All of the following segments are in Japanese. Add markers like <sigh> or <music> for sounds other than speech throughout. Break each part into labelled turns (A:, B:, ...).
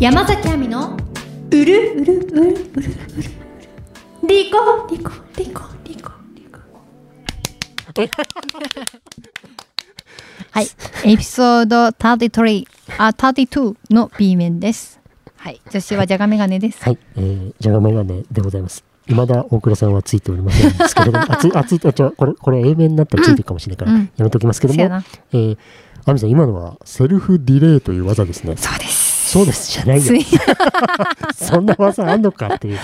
A: 山崎亜美のうるうるうるうるうるうるリコリコリコリコリコ
B: はい。エピソード33、あ、32の B 面です。はい。女子はじゃがメガネです。
C: はい、えー、じゃがメガネでございます。未だ大倉さんはついておりませんですけ
B: <laughs>
C: れども、あつあついて、あちょこれ、これ、A 面になったらついてるかもしれないから、
B: うんうん
C: やめときますけど
B: せ
C: も、
B: やな
C: えー、アミさん、今のはセルフディレイという技ですね。
B: そうです。
C: そうですじゃない
B: つ
C: よ。
B: い、
C: そんな技あんのかっていう。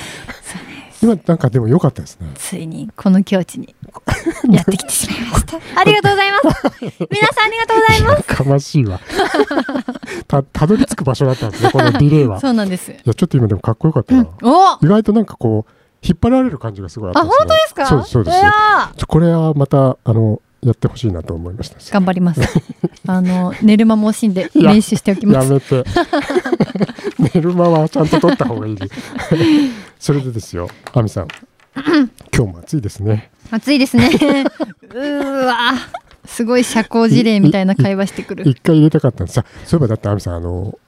C: 今、なんかでも良かったですね。
B: ついにこの境地に <laughs> やってきてしまいました。
A: ありがとうございます皆さんありがとうございま
C: やかましい
B: <laughs>
C: わ。た、たどり着く場所だったんですね、このディレイは。い
B: <laughs> そうなんです。
C: や、ちょっと今でもかっこよかったな。
B: お
C: 意外となんかこう、引っ張られる感じがすごいあったんですよね。
B: ですか
C: そうです、そうです。
B: うわ
C: ちょこれはまたあのやってほしいなと思いました。
B: 頑張ります。あの、寝る間も惜しんで
C: いや
B: 練習しておきま
C: や
B: す。
C: めて。
B: <laughs>
C: 寝る間はちゃんと取った方がいい。それでですよ、亜美さん。今日も暑いですね。
B: 暑いです
C: <laughs>
B: ね。うーわすごい社交辞令みたいな会話してくる。
C: 一回入れたかったんです。あそういえばだって亜美さん、あの、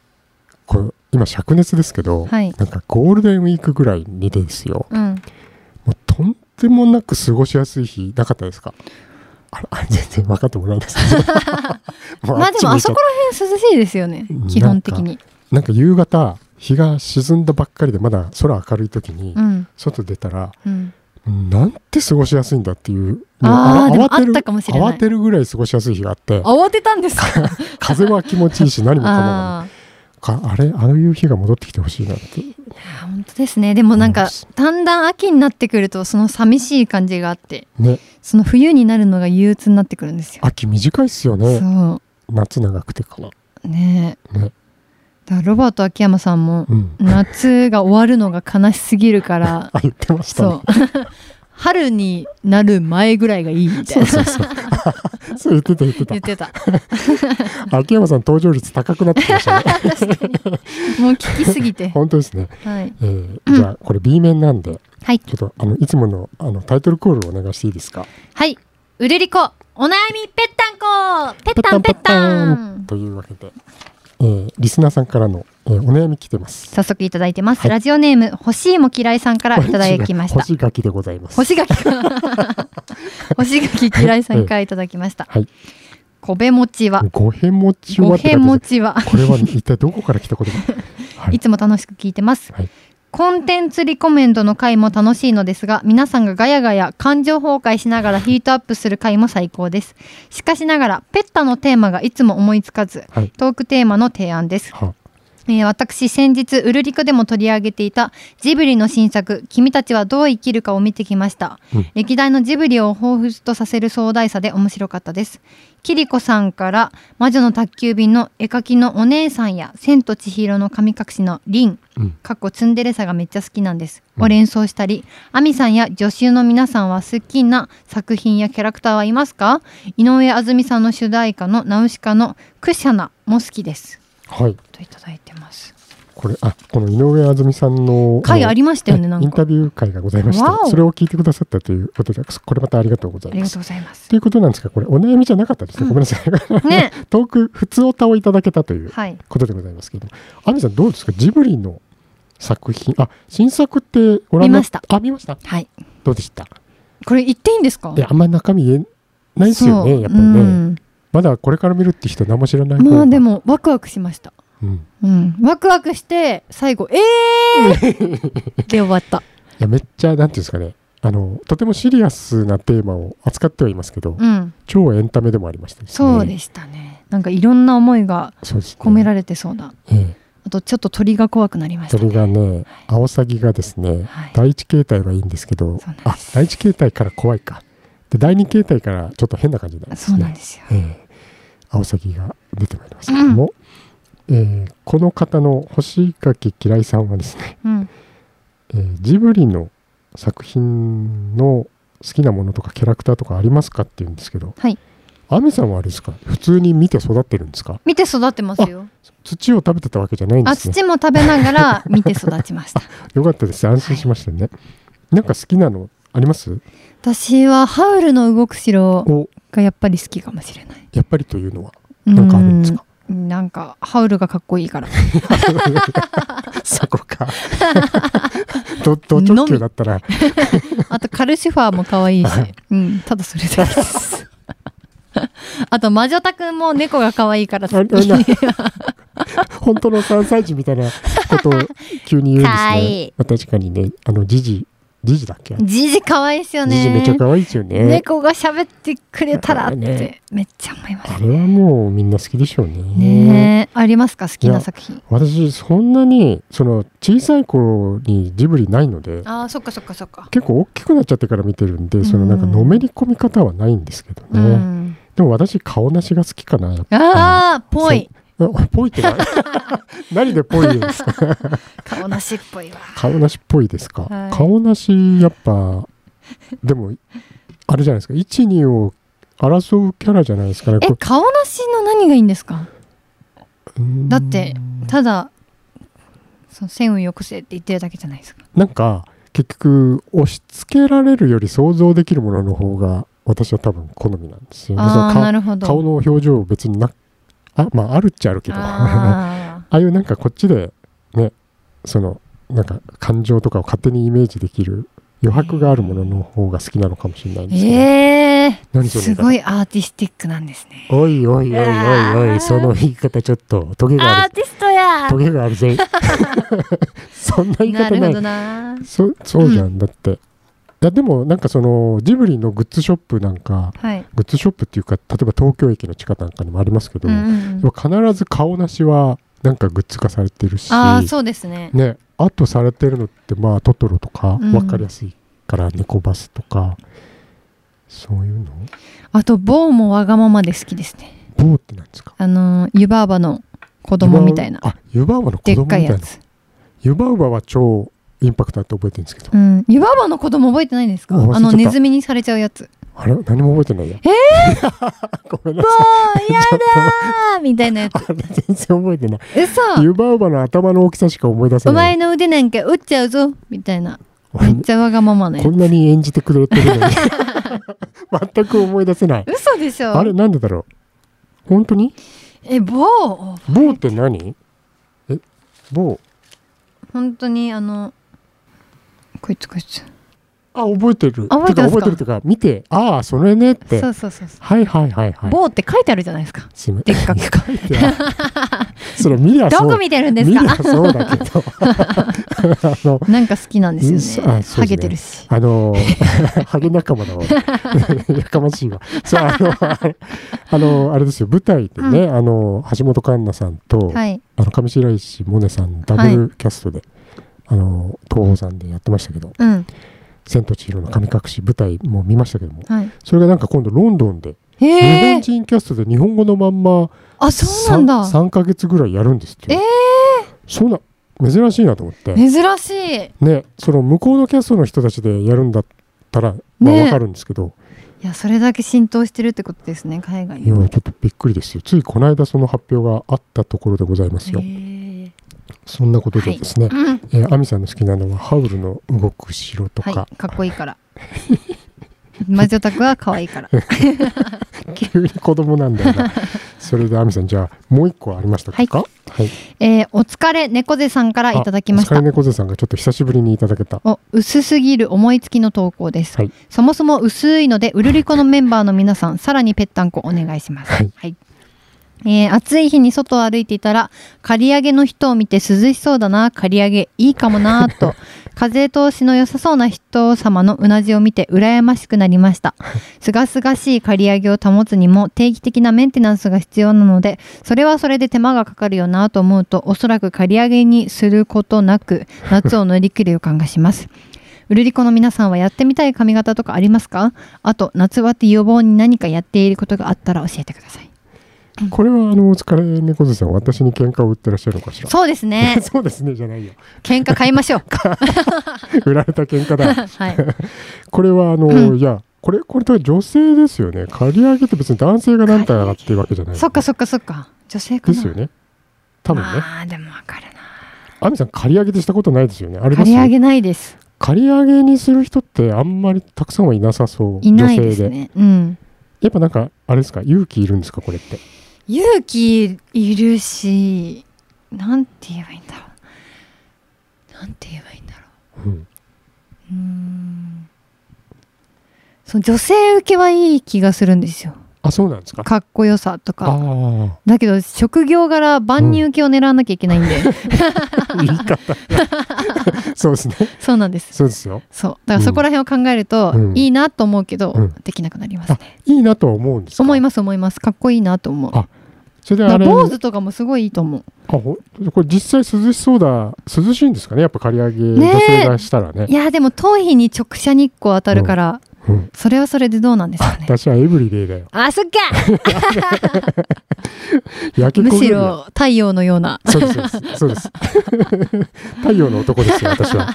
C: これ今灼熱ですけど、
B: はい
C: なんかゴールデンウィークぐらいにでですよ、
B: うん。
C: もうとんでもなく過ごしやすい日なかったですかあ <laughs> らあ全然分かってもら
B: <laughs>
C: えないですもう
B: まあ
C: っ
B: で
C: ち
B: も
C: 向
B: あ
C: いちゃ
B: そ
C: っ
B: こら辺涼しいですよね
C: うん。
B: 基本的に。
C: なんか夕方日が沈んだばっかりでまだ空明るい時に
B: うん。
C: 外出たら、
B: うん。
C: なんて過ごしやすいんだっていうもう
B: あー
C: あ
B: でも
C: 慌て
B: あ
C: る
B: ったかもしれない
C: 慌てるぐらい過ごしやすい日があって
B: 慌てたん
C: <laughs>
B: ですか
C: 風は気持ちいいし何もかもが
B: <laughs> あ
C: かあれあのいう日が戻ってきてほしいなって
B: あ本当ですねでもなん
C: う
B: かだんだん秋になってくるとその寂しい感じがあって
C: ね
B: その冬になるのが憂鬱になってくるんですよ、
C: 秋短いっすよね
B: そ
C: 夏長くてかな
B: うねえ
C: ね
B: だからロバート秋山さんも
C: うん
B: 夏が終わるのが悲しすぎるから
C: あ言ってました
B: そ
C: ね
B: う春になる前ぐらいがいいみたいな <laughs>
C: そう言ってた言って
B: 言ったてた
C: 秋山さん登場率高くなってきました
B: <laughs>
C: ね
B: もう聞きすぎて
C: 本当ですね、
B: はい、
C: えーじゃあこれ B 面なんで
B: はい
C: ちょっとあのいつものあのタイトルコールをお願いしていいですか
B: はい、うるりこお悩みぺったんこ
A: すペッタンペッタン
C: というわけで、えーリスナーさんからの、えーお悩み来てます。
B: 早速いただいてます、
C: はい
B: ラジオネーム欲しいも嫌いさんからいただきました
C: 星書きでございます。
B: 星垣か <laughs> 星垣嫌いさんからいただきました、
C: はい
B: こべもちは
C: 五辺持ち
B: 五
C: はって
B: 辺
C: 書いてあ
B: も
C: る
B: ちは
C: これは一体どこから来た言葉はい
B: いつも楽しく聞いてます、
C: はい
B: コンテンツリコメンドの回も楽しいのですが皆さんがガヤガヤ感情崩壊しながらヒートアップする回も最高ですしかしながらペッタのテーマがいつも思いつかず、
C: はい
B: トークテーマの提案です
C: は
B: えー私先日ウルリクでも取り上げていたジブリの新作「君たちはどう生きるか」を見てきました、
C: うん
B: 歴代のジブリを彷彿とさせる壮大さで面白かったですキリコさんから「魔女の宅急便」の絵描きのお姉さんや「千と千尋の神隠し」のリン
C: うん
B: かっこツンデレさがめっちゃ好きなんです、
C: うん
B: を連想したりアミさんや女子の皆さんは好きな作品やキャラクターはいますか井上あずみさんの主題歌の「ナウシカ」の「クシャナ」も好きです
C: はい。
B: といただいてます。
C: これあこの井上あずみさんの
B: 回
C: の
B: ありましたよね、な
C: イ
B: ん
C: ンタ
B: か。
C: ビュー会がございまし
B: わお
C: て、それを聞いてくださったということで、これまたありがとうござ
B: あ
C: い
B: り
C: ま
B: が
C: す
B: と。うございます
C: と。いうことなんですが、これお悩みじゃなかったですね。ごめんなさい。 <laughs>
B: ね、
C: トーク普通歌をいただけたという。
B: はい。
C: ことでございますけれども、アミさんどうですかジブリの作品、あ、新作ってご覧にな
B: 見ました
C: あ、見ました
B: はい。
C: どうでした
B: これ言っていいんですか
C: いや、あんまり中身言えないですよ
B: そ
C: ね、
B: う
C: やっぱり
B: う
C: ね。
B: ん
C: まだこれから見るって人何も知らない
B: まあで
C: も、
B: も、ワクワクしました。
C: うん。
B: うん。ワクワクして、最後、えー <laughs> で終わった。
C: いや、めっちゃ、なんていうんですかね、あの、とてもシリアスなテーマを扱ってはいますけど、
B: うん。
C: 超エンタメでもありましたね
B: そうでしたね。なんかいろんな思いが
C: そうですね。
B: 込められてそうな。
C: ええ
B: あと、ちょっと鳥が怖くなりまし
C: そ
B: た
C: れ
B: ね。
C: がね、アオサギがですね、
B: はい
C: 第一形態はいいんですけど
B: そうなん、です
C: あ、第一形態から怖いか。で、第二形態からちょっと変な感じになるんです
B: そう
C: ね。
B: なんですよ。
C: えー、アオサギが出てまいりましたけども、えーこの方の星垣嫌いさんはですね、
B: うん。
C: えージブリの作品の好きなものとかキャラクターとかありますかって言うんですけど、
B: はい。
C: アミさんはあれですか普通に見て育ってるんですか
B: 見て育ってますよ。
C: 土を食べてたわけじゃないんで
B: あ、
C: すね。
B: 土も食べながら <laughs> 見て育ちました。
C: よかったです。安心しましたね。なんか好きなのあります
B: 私は、ハウルの動く城
C: お
B: がやっぱり好きかもしれない。
C: やっぱりというのは、なんかあるんですか
B: なんかハウルがかっこいい
C: <laughs>
B: から
C: そこか <laughs> ど同直球だったら
B: あとカルシファーも可愛いし、うん、ただそれだけ
C: <laughs>
B: です。あと魔女タくんも猫が可愛いから
C: あれなんだ本当の3歳児みたいなことを急に言うんですね
A: かわいい
C: まあ確かにねあのジジジジだっけ、
B: ジジ可愛いですよ
C: ジジめ
B: ね
C: っちゃ。可愛いですよね
B: 猫が喋ってくれたらっ
C: ね
B: てめっちゃ思います
C: あれはもうみんな好きでしょうね
B: ね。ありますか好きな作品。
C: 私そんなにその小さい頃にジブリないので
B: ああそっかそっかそっか。
C: 結構大きくなっちゃってから見てるんでそのなんかのめり込み方はないんですけどね、
B: うん。
C: でも私顔なしが好きかな
B: ああぽい
C: そうあぽいって <laughs> 何何でぽいです <laughs> か
B: 顔なしっぽいわ。
C: 顔なしっぽいですか、
B: はい
C: 顔なしやっぱでもあれじゃないですか12を争うキャラじゃないですかね
B: え
C: こ
B: 顔なしの何がいいんですか。
C: うーん
B: だってただその線をよこせって言ってるだけじゃないですか。
C: なんか結局押し付けられるより想像できるものの方が私は多分好みなんですよねそ
B: あ
C: の
B: あ
C: 顔
B: なるほど。
C: 顔の表情別になあまああるっちゃあるけど <laughs> あ
B: あー
C: あいうなんかこっちでねそのなんか感情とかを勝手にイメージできる余白があるものの方が好きなのかもし <laughs> れないですけど、
B: ええ
C: 何それ
B: すごいアーティスティックなんですね。
C: おいおいおいおいおい、その言い方ちょっと、トゲがあ
A: アー
C: る。
A: ティストや
C: トゲがあるぜ。そんな言い
B: な
C: 方
B: る
C: な
B: ほ
C: い。
B: どな。
C: そそうじゃん、だって。いや、でもなんかその、ジブリのグッズショップなんか、
B: はい。
C: グッズショップっていうか、例えば東京駅の地下なんかにもありますけど、
B: うんうんう
C: で
B: ん
C: も必ず顔なしは、なんかグッズ化されてるし、
B: ああそうですね。
C: ね、あとされてるのって、まあ、トトロとか、
B: うん
C: わかりやすいから、猫バスとか、そういうの
B: あとボーもわがままで好きですね。
C: 棒ってなんですか
B: あのー湯婆婆の子供みたいな
C: あ、湯婆婆の子
B: で
C: 供
B: っ
C: みた
B: かい
C: いな
B: や。つ。
C: 湯婆婆は超インパクトあって覚えてるんですけど、
B: うん。湯婆婆の子供覚えてないですか？
C: あ忘れちゃった
B: あのネズミにされちゃうやつ。
C: あれ何も覚えてないや。えごめんなさ
B: おやだーみたいなやつ。
C: い。あれ全然覚えてない。
B: 嘘。
C: 湯婆婆の頭の大きさしか思い出せ
B: お
C: な
B: 前
C: い。
B: の腕なんか打っちゃうぞみたいな。
C: 俺
B: めっちゃわがままね
C: こ。んなに演じてくれ
B: <laughs>
C: てるのに全く思い出せない。
B: 嘘でしょ。
C: あれなんでだろう本当に
B: えボー
C: 棒って何え棒
B: 本当にあのこいつこいつ。
C: あ覚えてる。
B: 覚えてますか
C: か覚えてるとか見てああそれねって。
B: そうそうそうそう。
C: はいはいはいはい。
B: 棒って書いてあるじゃないですか。
C: すいま
B: でっ
C: <laughs>
B: かく。
C: 書いてあるそれ見りゃそう
B: どこ見てるんです
C: 見りゃ
B: か。
C: そうだけど <laughs> あの
B: なんか好きなんですよ
C: うんあ
B: ね。
C: そ
B: ハ
C: うですね
B: ゲてるし。
C: あの <laughs> ーハゲ仲 <laughs> 間だわやかましいわそうあのあれあのあれですよ舞台でね、あの橋本環奈さんと、
B: はい。
C: あの上白石萌音さんダブルキャストで、あの東宝さんでやってましたけど
B: うん。
C: 「千と千尋の神隠し」舞台も見ましたけども
B: はい。
C: それがなんか今度ロンドンで、日
B: へ
C: 本
B: え。
C: 人キャストで日本語のまんま
B: あ、そうなんだ。
C: 3ヶ月ぐらいやるんですって
B: ええ
C: そんな珍しいなと思って、
B: 珍しい。
C: ね、その向こうのキャストの人たちでやるんだったら、まあ、
B: ね
C: わかるんですけど、
B: いや、それだけ浸透してるってことですね。海外
C: い
B: に
C: や
B: も。
C: ちょっとびっくりですよついこの間その発表があったところでございますよ、
B: へえ
C: そんなことでですね、
B: うん。
C: えー、亜美さんの好きなのはハウルの動く城とか、
B: はい。かっこいいから。魔女宅は可愛いから。
C: 急に子供なんだ
B: <laughs>
C: よなそれで亜美さんじゃあもう一個ありましたか
B: はい
C: はい
B: えーお疲れ猫背さんからいただきまし
C: あ
B: た
C: お疲れ。猫背さんがちょっと久しぶりにいただけた
B: お薄すぎる思いつきの投稿です、
C: はい
B: そもそも薄いのでウルリコのメンバーの皆さんさらにぺったんこお願いします、は
C: はいい
B: えー暑い日に外を歩いていたら刈り上げの人を見て涼しそうだな刈り上げいいかもなぁ <laughs> と風通しの良さそうな人様のうなじを見て羨ましくなりましたすがすがしい刈り上げを保つにも定期的なメンテナンスが必要なのでそれはそれで手間がかかるよなと思うとおそらく刈り上げにすることなく夏を乗り切る予感がしますウルリコの皆さんはやってみたい髪型とかありますかあと夏バテ予防に何かやっていることがあったら教えてください
C: これはあのお疲れ猫背さん私に喧嘩を売ってらっしゃるのかしら
B: そうですね
C: <laughs> そうですねじゃないよ
B: 喧嘩買いま
C: <laughs>
B: しょう
C: 売られた喧嘩だ
B: はい
C: これはあの、いやこれこれと女性ですよね刈り上げって別に男性が何体上がってるわけじゃない
B: そっかそっかそっか女性か
C: で
B: な
C: すよね多分ね
B: あーでもわかるな
C: 亜美さん刈り上げってしたことないですよねあり
B: 刈
C: ます
B: り上げないです
C: 刈り上げにする人ってあんまりたくさんはいなさそう
B: いないで
C: 女性
B: す
C: で
B: ねうん
C: やっぱなんかあれですか勇気いるんですかこれって
B: 勇気いるしなんて言えばいいんだろうなんて言えばいいんだろ
C: うん
B: ううーんその女性受けはいい気がするんですよ
C: あそうなんですか
B: かっこよさと
C: ああ
B: かだけど職業柄万人受けを狙わなきゃいけないんで、
C: ー言い方 <laughs> そうですね
B: そうなんです
C: そうですよ
B: そうだからそこら辺を考えると、
C: うん
B: いいなと思うけど、
C: うん
B: できなくなりますね
C: いいなとは思うんですか
B: 思います思いますかっこいいなと思う
C: あそれで
B: だか
C: あ
B: ら
C: れ
B: 坊主とかもすごいいいと思う
C: あほんこれ実際涼しそうだ涼しいんですかねやっぱ刈り上げ
B: ねえ
C: 女性がしたらね
B: いやでも頭皮に直射日光当たるから、
C: うん
B: それはそれでどうなんですかね
C: 私はエブリデイだよ
B: あそっか
C: 焼け
B: む
C: 焦げ
B: し
C: るよ
B: ろ太陽のような
C: そうですそうですそうです
B: <laughs>
C: 太陽の男ですよ私は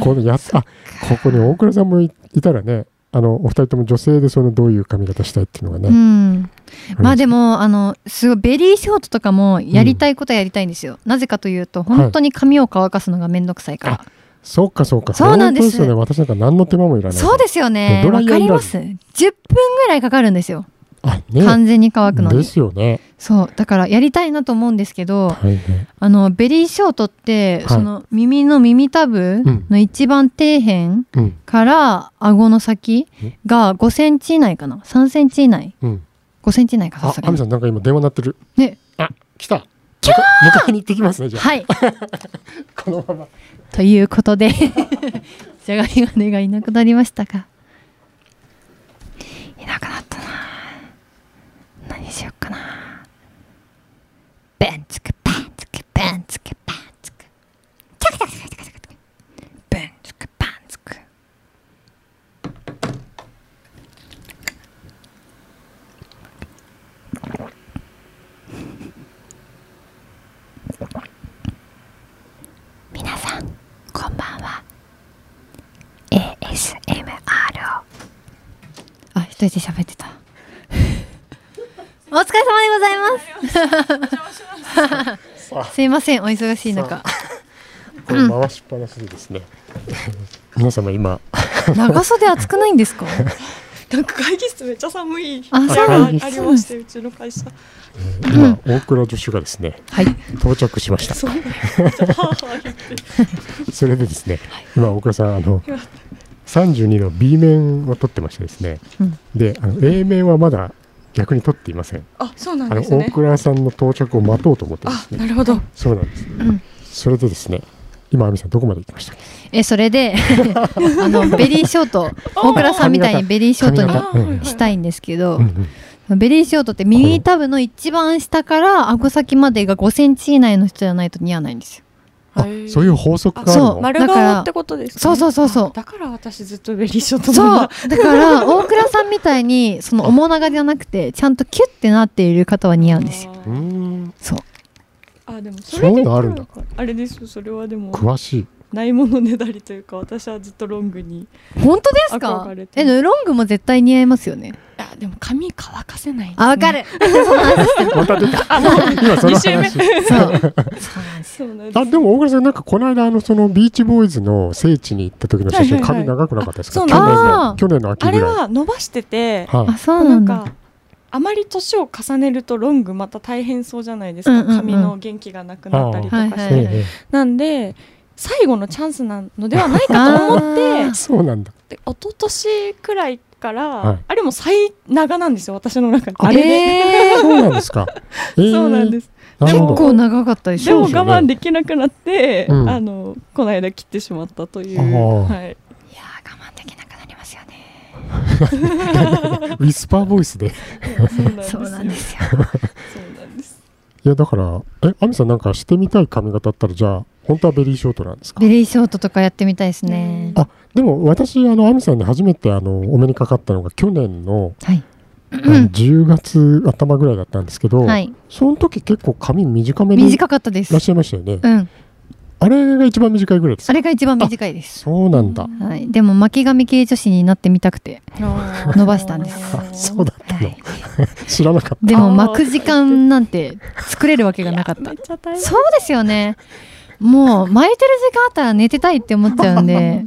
C: このやつあここに大倉さんもいいたらねあのお二人とも女性でそのどういう髪型したいっていうのが
B: う
C: ね、
B: んまあでもあのすごいベリーショートとかもやりたいことはやりたいんですよ、なぜかというと本当に髪を乾かすのがめんどくさいから、
C: そうかそうか
B: そうなんです
C: 本当よね私なんか何の手間もいらない
B: そうですよね
C: ドラ
B: わ
C: イヤ
B: か
C: ーい
B: り
C: らない
B: ます10分ぐらいかかるんですよ
C: あね
B: 完全に乾くの
C: で
B: に
C: すよね
B: そうだからやりたいなと思うんですけど
C: はいはい
B: あのベリーショートって、
C: はい
B: その耳の耳たぶ
C: うん
B: の一番底辺
C: うん
B: から顎の先が5センチ以内かな3センチ以内
C: うん
B: 5センチ以内かさ
C: あ
B: すが
C: 亜美
B: に
C: さんなんか今電話鳴ってる
B: ね
C: あ来た迎えに行ってきますねじゃあ、
B: はい
C: このまま
B: ということでじゃがりがねがいなくなりましたがいなくなったな何しようかなベンツクベンツクベンツクベンツクチャカチャカチャカチャカチャカベンツクベンツク皆さんこんばんは ASMR をあ一人で喋ってた <laughs> お疲れ様でございま
C: ます
B: すいませんお忙しい中
C: これ回しっぱなしでですね、皆様今
B: 長袖暑くないん
C: <laughs>
B: ですか
D: なんか会議室めっちゃ寒い
B: あ
D: 日
B: そう
C: なん
D: あ
C: で
D: り
C: す
D: ありましてうちの会社
C: 今大倉助手がですね
B: はい
C: 到着しました
D: そうちょっとはあはあ言って
C: それでですね、今大倉さんあの32の B 面を取ってましてですね、
B: うん
C: であの A 面はまだ逆に取っていません、
D: あそうな
C: あ
D: ん
C: の
D: ですね
C: 大倉さんの到着を待とうと思ってま
D: あ
C: すね
D: なるほど
C: そうなんです、
B: ん
C: それでですね今亜美さんどこまで行きましたっけ
B: えそれで <laughs> あのベリーショート大倉さんみたいにベリーショート
C: 髪
B: に
C: 型うんうん
B: したいんですけど
C: う、ん
B: ベリーショートって耳たぶの一番下から顎先までが5センチ以内の人じゃないと似合わないんですよ。
D: へ
C: あ
D: え
C: そういう法則がある
B: そ
C: の
B: う
D: 丸顔ってことですか
B: そうそうそうそう
D: あだから私ずっとベリーショット
B: そ
D: な
B: うだから大倉さんみたいにその面長じゃなくてちゃんとキュッてなっている方は似合うんですよ。
C: うーん
B: そう
D: あーでもそ
C: そ
D: れ
C: うい
D: で
C: うのあるんだ
D: あれですよそれはでも
C: 詳しい
D: ないものねだりというか私はずっとロングに
B: 本当ですか
D: 憧れて
B: え
D: る
B: ロングも絶対似合いますよね。
D: あでも髪乾かせないですね
B: あわかる
C: また出た今その
D: 二週目
B: <laughs>
C: 話
B: そう
D: そうなんです
C: あでも大倉さんなんかこの間あのそのビーチボーイズの聖地に行った時の写真
D: はいはいは
C: 髪
D: い
C: 長くなかったですか
D: あそう
B: なんですよ
C: 去年の去年の秋
D: あ
C: ぐ
D: れ
C: らい
D: は伸ばしてて
C: はい
B: あそう
D: な
B: なん
D: ん
B: だ。
D: かあまり年を重ねるとロングまた大変そうじゃないですか、
B: うんうんうん
D: 髪の元気がなくなったりとかして、
B: あー
C: え
B: は
C: え
B: いはい
C: え
D: なんで最後のチャンスなのではないかと思っ
B: あ
D: て
C: えそうなんだ
D: で一昨年くらいから、
C: はい
D: あれも最長なんですよ私の中であ
B: あ
D: れで、
B: れ
C: そうなん
B: <laughs>
C: ですか。えー
D: そうなんです
C: な
B: 結
C: るほど
B: 構長かったでし
D: でも
B: ょ。
D: 我慢できなくなって、
C: うん
D: あのこの間切ってしまったという、
C: あー
D: は
B: い
D: い、
B: やー我慢できなくなりますよね。
C: ウィスパーボイスで。
D: そ
B: そうう
D: な
B: なんん
D: で
B: です
D: よ
B: すよ。
D: そうなんです
C: いや、だから、え、アミさんなんかしてみたい髪型あったら、じゃあ、本当はベリーショートなんですか
B: ベリーショートとかやってみたいですね。
C: あ、でも私、あの、アミさんに初めて、あの、お目にかかったのが、去年の、
B: はい。
C: あの10月頭ぐらいだったんですけど、
B: はい。
C: その時結構髪短めにい
B: 短かったで
C: らっ
B: す。
C: しゃいましたよね。
B: うん。
C: あれが一番短いぐらいです
B: あ
C: か
B: れが一番短いです。
C: そうなんだ。
B: はい。でも巻き髪系女子になってみたくて。伸ばしたんです
C: あそうだった
B: は
C: の
B: い。。
C: 知らなかっ
B: でも巻く時間なんて作れるわけがなかっ
D: め
B: た
D: っ。ちゃ大
B: <laughs>
D: 変
B: そうですよね。もう巻いてる時間あったら寝てたいって思っちゃうんで。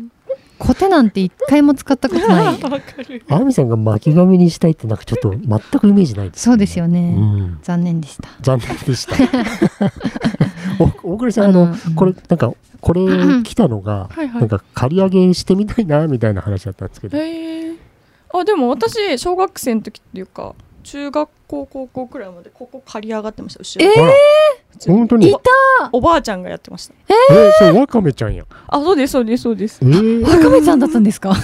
B: コテなんて一回も使ったことない <laughs>
D: わかる。
C: あみさんが巻き髪にしたいってなんかちょっと全くイメージないです、
B: そうですよね、
C: うん、
B: 残念でした
C: 残念でした <laughs> お大倉さんあの
B: あのうん
C: これなんかこれ来たのが、
D: <laughs> はいは
C: ないん。か借り上げしてみたいなみたいな話だったんですけど、
D: へえあでも私小学生の時っていうか中学校高校くらいまでここ刈り上がってました後ろ
B: え
C: あら
D: 普通に
C: 本当に
B: いた
D: おばあちゃんがやってました
C: えー、それワカメちゃんや
D: あそうですそうですそうです
C: えー
B: わかめちゃんだったんですか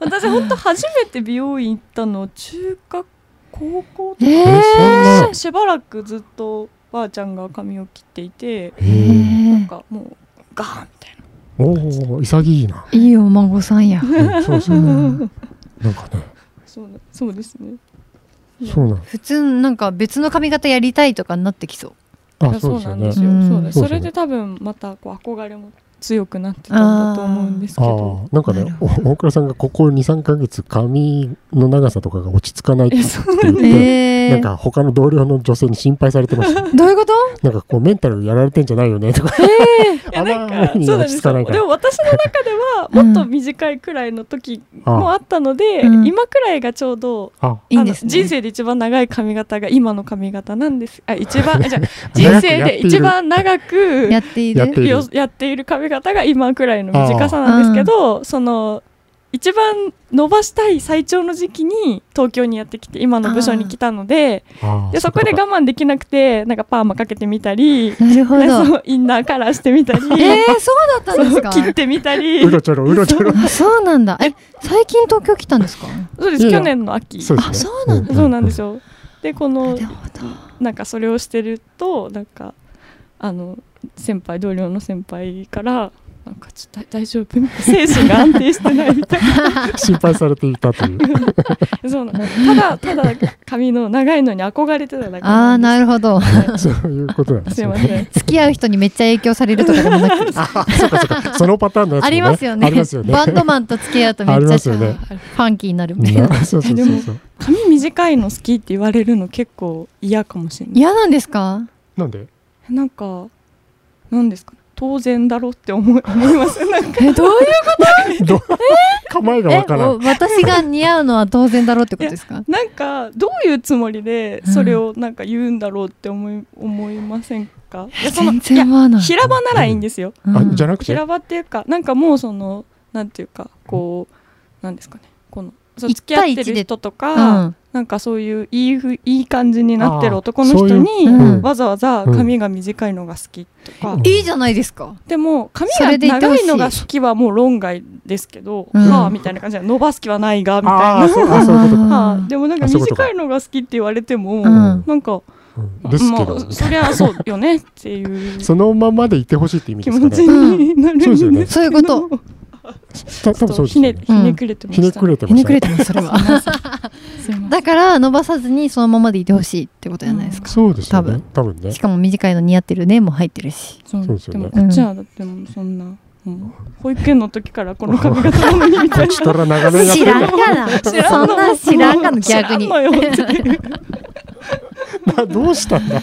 D: 私本当初めて美容院行ったの中学高校
B: え
D: とか
C: えそんな
D: しばらくずっとおばあちゃんが髪を切っていて
C: え
B: え
C: ー、
D: なんかもうガーンみたい
C: おお潔いな、
B: いいお孫さんや
C: うん、そう
D: <laughs>
C: そうなんかね
D: なそうなそうですね
C: そうなん
B: 普通なんか別の髪型やりたいとかになってきそう
C: あ
D: あ
C: そうで
D: そう
C: すよ
D: なん
C: ね
D: ですよ
B: うん
D: そうです
C: そうですよね
D: それで多分またこう憧れも強くなってたんだと思うんですけ
C: あ
D: ど
C: ーなんか
B: な
C: ね
B: るほ
C: お大倉さんがここ23か月髪の長さとかが落ち着かないって
D: えそう
C: 言って、
B: え
C: なんか他の同僚の女性に心配されてました
B: どういうこと
C: なんかこうメンタルやられてんじゃないよねとか、
D: いやなん
C: あま
D: か
C: りに
D: そうなん
C: 落
D: で
C: ち着
D: す
C: かな
D: よ
C: いか
D: で
C: ら
D: も私の中では
B: うん
D: もっと短いくらいの時もあ
C: あ
D: ったので、
B: うん
D: 今くらいがちょうど
C: あ
B: いいんですね
D: あの人生で一番長い髪型が今の髪型なんですあ一
C: <laughs>
D: 番じゃあ
C: 長くやっ
D: 人生
C: て
D: で
C: いる
D: 一番長く
B: やってい
C: やって
B: る
C: いる
D: よやっている髪型が今くらいの短さなんですけど、その一番伸ばしたい最長の時期に東京にやってきて今の部署に来たので
C: あー
D: でそこで
C: っか
D: 我慢できなくてなんかパーマかけてみたり
B: なるほ
D: で <laughs> そ
B: ど
D: のインナーカラーしてみたり。
B: えー、そうだったんですか
D: 切ってみたり
C: <laughs> うろちょろうろちょろ
B: あそうなんだえ最近東京来たんですか
D: そう
C: い
D: で
C: や
D: す
C: いや
D: 去年の秋
C: そうですね
B: あそうなん
D: そう <laughs> なんです
C: よ
D: よでこ
B: な
D: の
B: るほど
D: なんかそれをしてるとなんかあの先輩同僚の先輩からなんかちょっと大丈夫みたいな精神が安定してないみたい
C: 心配されていたという
D: なそうなのただただ髪の長いのに憧れてただけ
B: あーな
D: る
B: るほど
C: そういうことなんですす
D: い
C: よ
D: ま
C: ね
D: せん
B: 付き合う人にめっちゃ影響されるとかでもなく
C: あそうかそうかそのパターンのやつも、ね、
B: ありますよね
C: ありますよね
B: バンドマンと付き合うとめ
C: あり
B: っ
C: ま
B: ち
C: す
B: ゃ
C: よね
B: ファンキーになるみたいな
C: なそうそうそうそう
D: 髪短いの好きって言われるの結構嫌かもしれない
B: 嫌なんですか
C: なんで
D: なんかなんですか当然だろって思い思いますなんか
B: えどういう
C: どう構えが
B: え
C: わからん
B: お私が似合うのは当然だろうってことですか
D: なんかどういうつもりでそれをなんか言うんだろうって思い思いませんかいやその
B: 全然合わない
D: 平場ならいいんですよ、
B: うん
C: あじゃなくて
D: 平場っていうかなんかもうそのなんていうかこうなんですかねこのそう
B: 一
D: 付き合っ
B: 対一で
D: てる人と
B: う
D: か、
B: ん
D: なんかそういういいふいい感じになってる男の
C: あー
D: 人
C: そ
D: に
B: ういう
C: うん
D: わざわざ髪が短いのが好きとか、
C: うん
B: いいじゃないですか
D: でも髪
B: それでいて
D: が
B: ほしい
D: 長いのが好きはもう論外ですけど、
B: うん
D: はあみたいな感じで伸ばす気はないがみたい
C: ああ
D: な。
C: そうかそういうことか、
D: はあ、でもなんか
C: あそういうことか
D: 短いのが好きって言われても、
B: うん
D: なんか
C: うん、ですけど、
D: まあそりゃそうよねっていう
C: そのままでいてほしいって意味
D: 気
C: です
D: 持
C: か
D: ち
C: ね
D: になるんですけど、
C: そうです
B: よねそういうこと
C: た多分そうです
D: ひ
C: よね
D: ねひねくれてま
C: ひ
D: し
C: ね
D: た、
C: くれて
B: ひ
C: ま
B: ねく
C: した
B: れてま
C: ね
B: すそれは
D: すいません
B: だから伸ばさずにそのままでいてほしいってことじゃないですか
C: そうですよ
B: 多
C: ね
B: 分
C: 多分ね
B: しかも短いの似合ってるねも入ってるし
D: そう
C: そうですよね
D: でもこっちはだってもうそんな、うん保育園の時からこの髪型なのにみた
C: こ
D: い
C: っ
D: な
C: ちとら長年やって
B: 知
C: る
B: らんかなそんなん知らん
D: <laughs>
B: かな逆に
D: 知らんのよっていう
C: などうしたんだ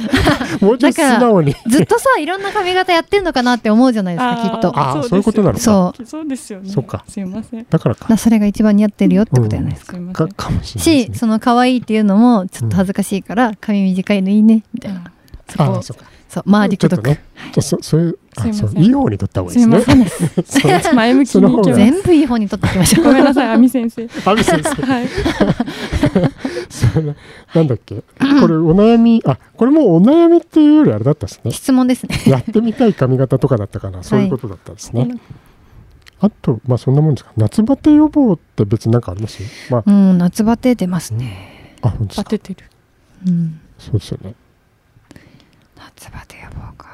C: もうちょい素直に
B: ずっとさいろんな髪型やってんのかなって思うじゃないですかきっと
C: あーそういうことなのか
B: そう
D: そうですよね
C: そっか
D: すいません
C: だからか
B: だそれが一番似合ってるよってことじゃないですか、
D: すいませ
C: か
D: ん
C: かもしれない
B: し
C: です、ね、
B: その可愛いっていうのもちょっと恥ずかしいから髪短いのいいねみたいな、そこ
C: あ
B: を
C: そうか
B: そうマーディ
C: ちょ
B: ク
C: っと
B: ド
C: ねちょそそういうあ
D: すいませ
C: そ
D: ん
C: ういい方に取った方がいい
D: すいま
C: で
D: せ
C: すね
D: ん
C: そう
D: 前向きに行き
C: その方
D: ます
B: 全部いい方に取ってきましょ
D: ご
B: う
D: めんなさい亜美先生
C: アビ先生
D: <laughs> はい
C: そんななんだっけこれお悩みあこれもうお悩みっていうよりあれだったです
B: <laughs>
C: ね
B: 質問ですね
C: やってみたい髪型とかだったかな、そういうことだったんですね。あと、まあそんなもんですか。夏バテ予防って別になんかありますまあ、
B: うん夏バテ出ますね、
C: あ、本当です
D: バ
C: か。
D: テてる
B: うん、
C: そうですよね。
B: 夏バテ予防
C: <laughs>
B: か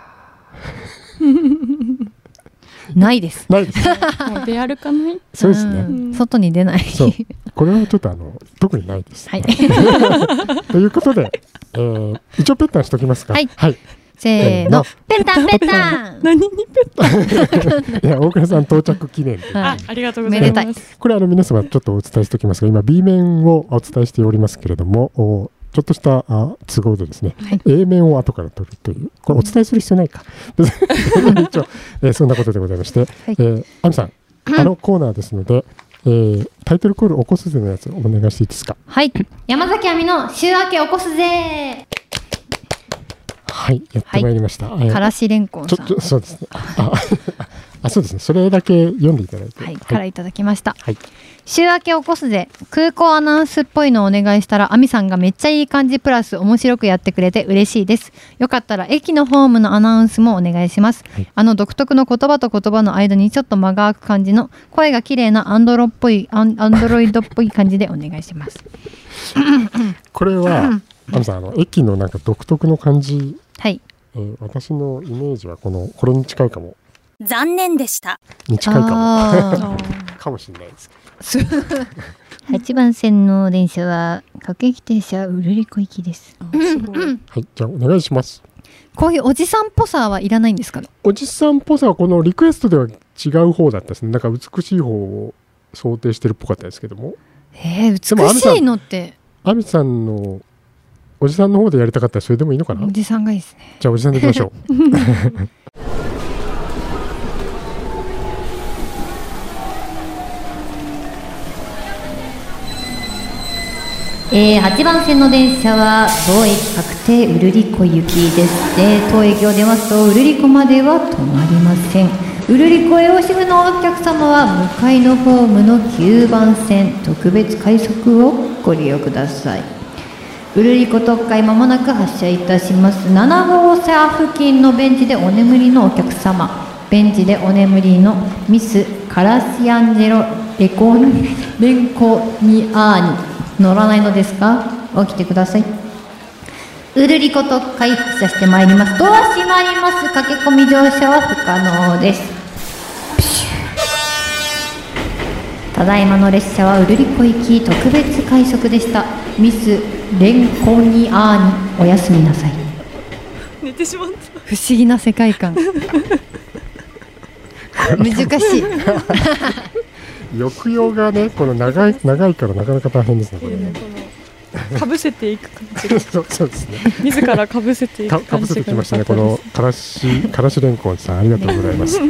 B: ないです
C: ないです。
D: もう出歩かない
C: そうですね。
B: ん外に出ない <laughs>
C: そうこれはちょっとあの、特にないです。
B: はい
C: ということで、えー、一応ペッタンしときますか。
B: はい
C: はい。
B: せーのペンタンペンタン
D: 何にペッ
C: いや、大倉さん到着記念で。
D: タ
B: は
D: あ
B: い
D: ありがとうござい
B: めで
D: ます
C: これあの皆様ちょっとお伝えしておきますが今 B 面をお伝えしておりますけれどもおちょっとしたあ都合でですね、
B: はい
C: A 面を後から取るというこ
B: <laughs> <clears throat>
C: <laughs> れお伝えする必要ないか、一応、えーそんなことでございまして、えー、亜美さんあのコーナーですので、えータイトルコール起こすぜのやつお願いしていいですか。
B: はい。山崎亜美の週明け起こすぜ
C: はい、やってまいりました。えー
B: からしれんこん
C: ち
B: さ
C: ょ
B: ん
C: っ。とそうで
B: <laughs>
C: すね。あ、 <laughs> あそうですね。それだけ読んでいただいて。
B: はい、からいただきました。
C: はい
B: 週明け起こすぜ。空港アナウンスっぽいのをお願いしたら、あみさんがめっちゃいい感じプラス面白くやってくれて嬉しいです。よかったら駅のホームのアナウンスもお願いします。
C: はい
B: あの独特の言葉と言葉の間にちょっと間が空く感じの声が綺麗なアンドロっぽいアンアンドロイドっぽい感じでお願いし
C: <laughs>
B: ます。
C: これは、アミさん、あの駅のなんか独特の感じ、
B: はい。
C: えー私のイメージはこのこれに近いかも、
E: 残念でした。
C: に近いか
B: あー
D: あ
C: も、かもしれないです。
B: 8番線の電車は各駅停車うるりこ行きです
D: ー
C: はい、じゃあお願いします。
B: こういうおじさんっぽさはいらないんですかね
C: おじさんっぽさはこのリクエストでは違う方だったですね。なんか美しい方を想定してるっぽかったですけども、
B: えー、
C: でも
B: 美しいのって
C: アミさんのおじさんの方でやりたかったらそれでもいいのかな。
B: おじさんがいいですね
C: じゃあおじさんでいきましょう。
B: えー、8番線の電車は当駅確定うるりこ行きですで当駅を出ますとうるりこまでは止まりませんうるりこへおしむのお客様は向かいのホームの9番線特別快速をご利用くださいうるりこ特快まもなく発車いたします7号車付近のベンチでお眠りのお客様ベンチでお眠りのミスカラシアンジェロレコーニレンコニアーに乗らないのですか起きてくださいうるりこ特快発車してまいりますドア閉まります駆け込み乗車は不可能ですプシュただいまの列車はうるりこ行き特別快速でしたミスレンコニアーにおやすみなさい
D: 寝てしまった <laughs>
B: 不思議な世界観難しい <laughs>
C: 抑揚がね、この長い長いからなかなか大変ですね。これね。
D: かぶせていく感じが
C: <laughs> そうそうですね。
D: 自らかぶせてい
C: か
D: く
C: か
D: 感
C: ぶ
D: じ
C: せ
D: が
C: てきましたね、このからし、からしれんこんさん、ありがとうござい <laughs> ます。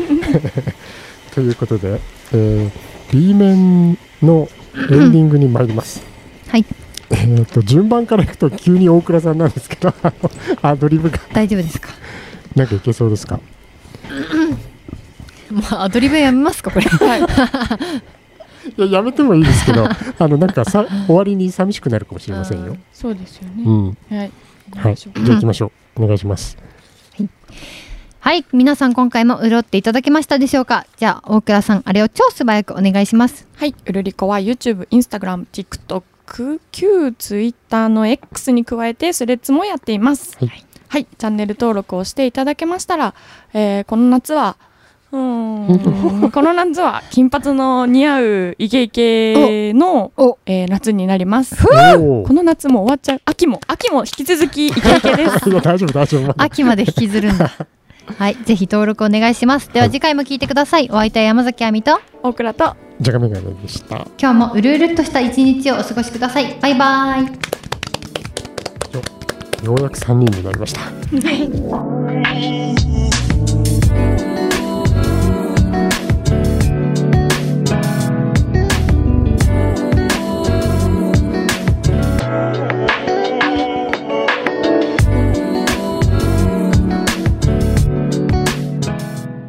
C: ということで、えー、B 面のエンディングに参ります。
B: はい
C: えーと順番からいくと急に大倉さんなんですけどあのアドリブが
B: 大丈夫ですか
C: なんかいけそうですか
B: もうアドリブやめますかこれ
C: いややめてもいいですけ <laughs> どあのなんかさ終わりに寂しくなるかもしれませんよ、
D: そうですよ
C: う
D: ね、
C: ん
D: はい
C: はい、じゃあ行きましょうお願いします
B: はい皆さん今回も潤っていただけましたでしょうかじゃあ大倉さんあれを超素早くお願いします
D: はい、うるりこは YouTube、Instagram、TikTok、旧 Twitter の X に加えてスレッズもやっています。
C: はい
D: はい、チャンネル登録をしていただけましたら、えーこの夏は、
C: <laughs>
D: うーんこの夏は金髪の似合うイケイケの
B: おお、
D: えー夏になります。
C: お
D: こ
C: ー
D: の夏も終わっちゃう。秋も、秋も引き続きイケイケで
C: <laughs>
D: す。
C: いや大丈夫大丈夫
B: 秋まで引きずるん <laughs> だはいぜひ登録お願いしますでは次回も聞いてくださいお相手は山崎亜美と
D: 大倉と
C: じゃがめがねでしたよ
B: 今日もうるうるっとした一日をお過ごしくださいバイバイ
C: ようやく3人になりました
F: 「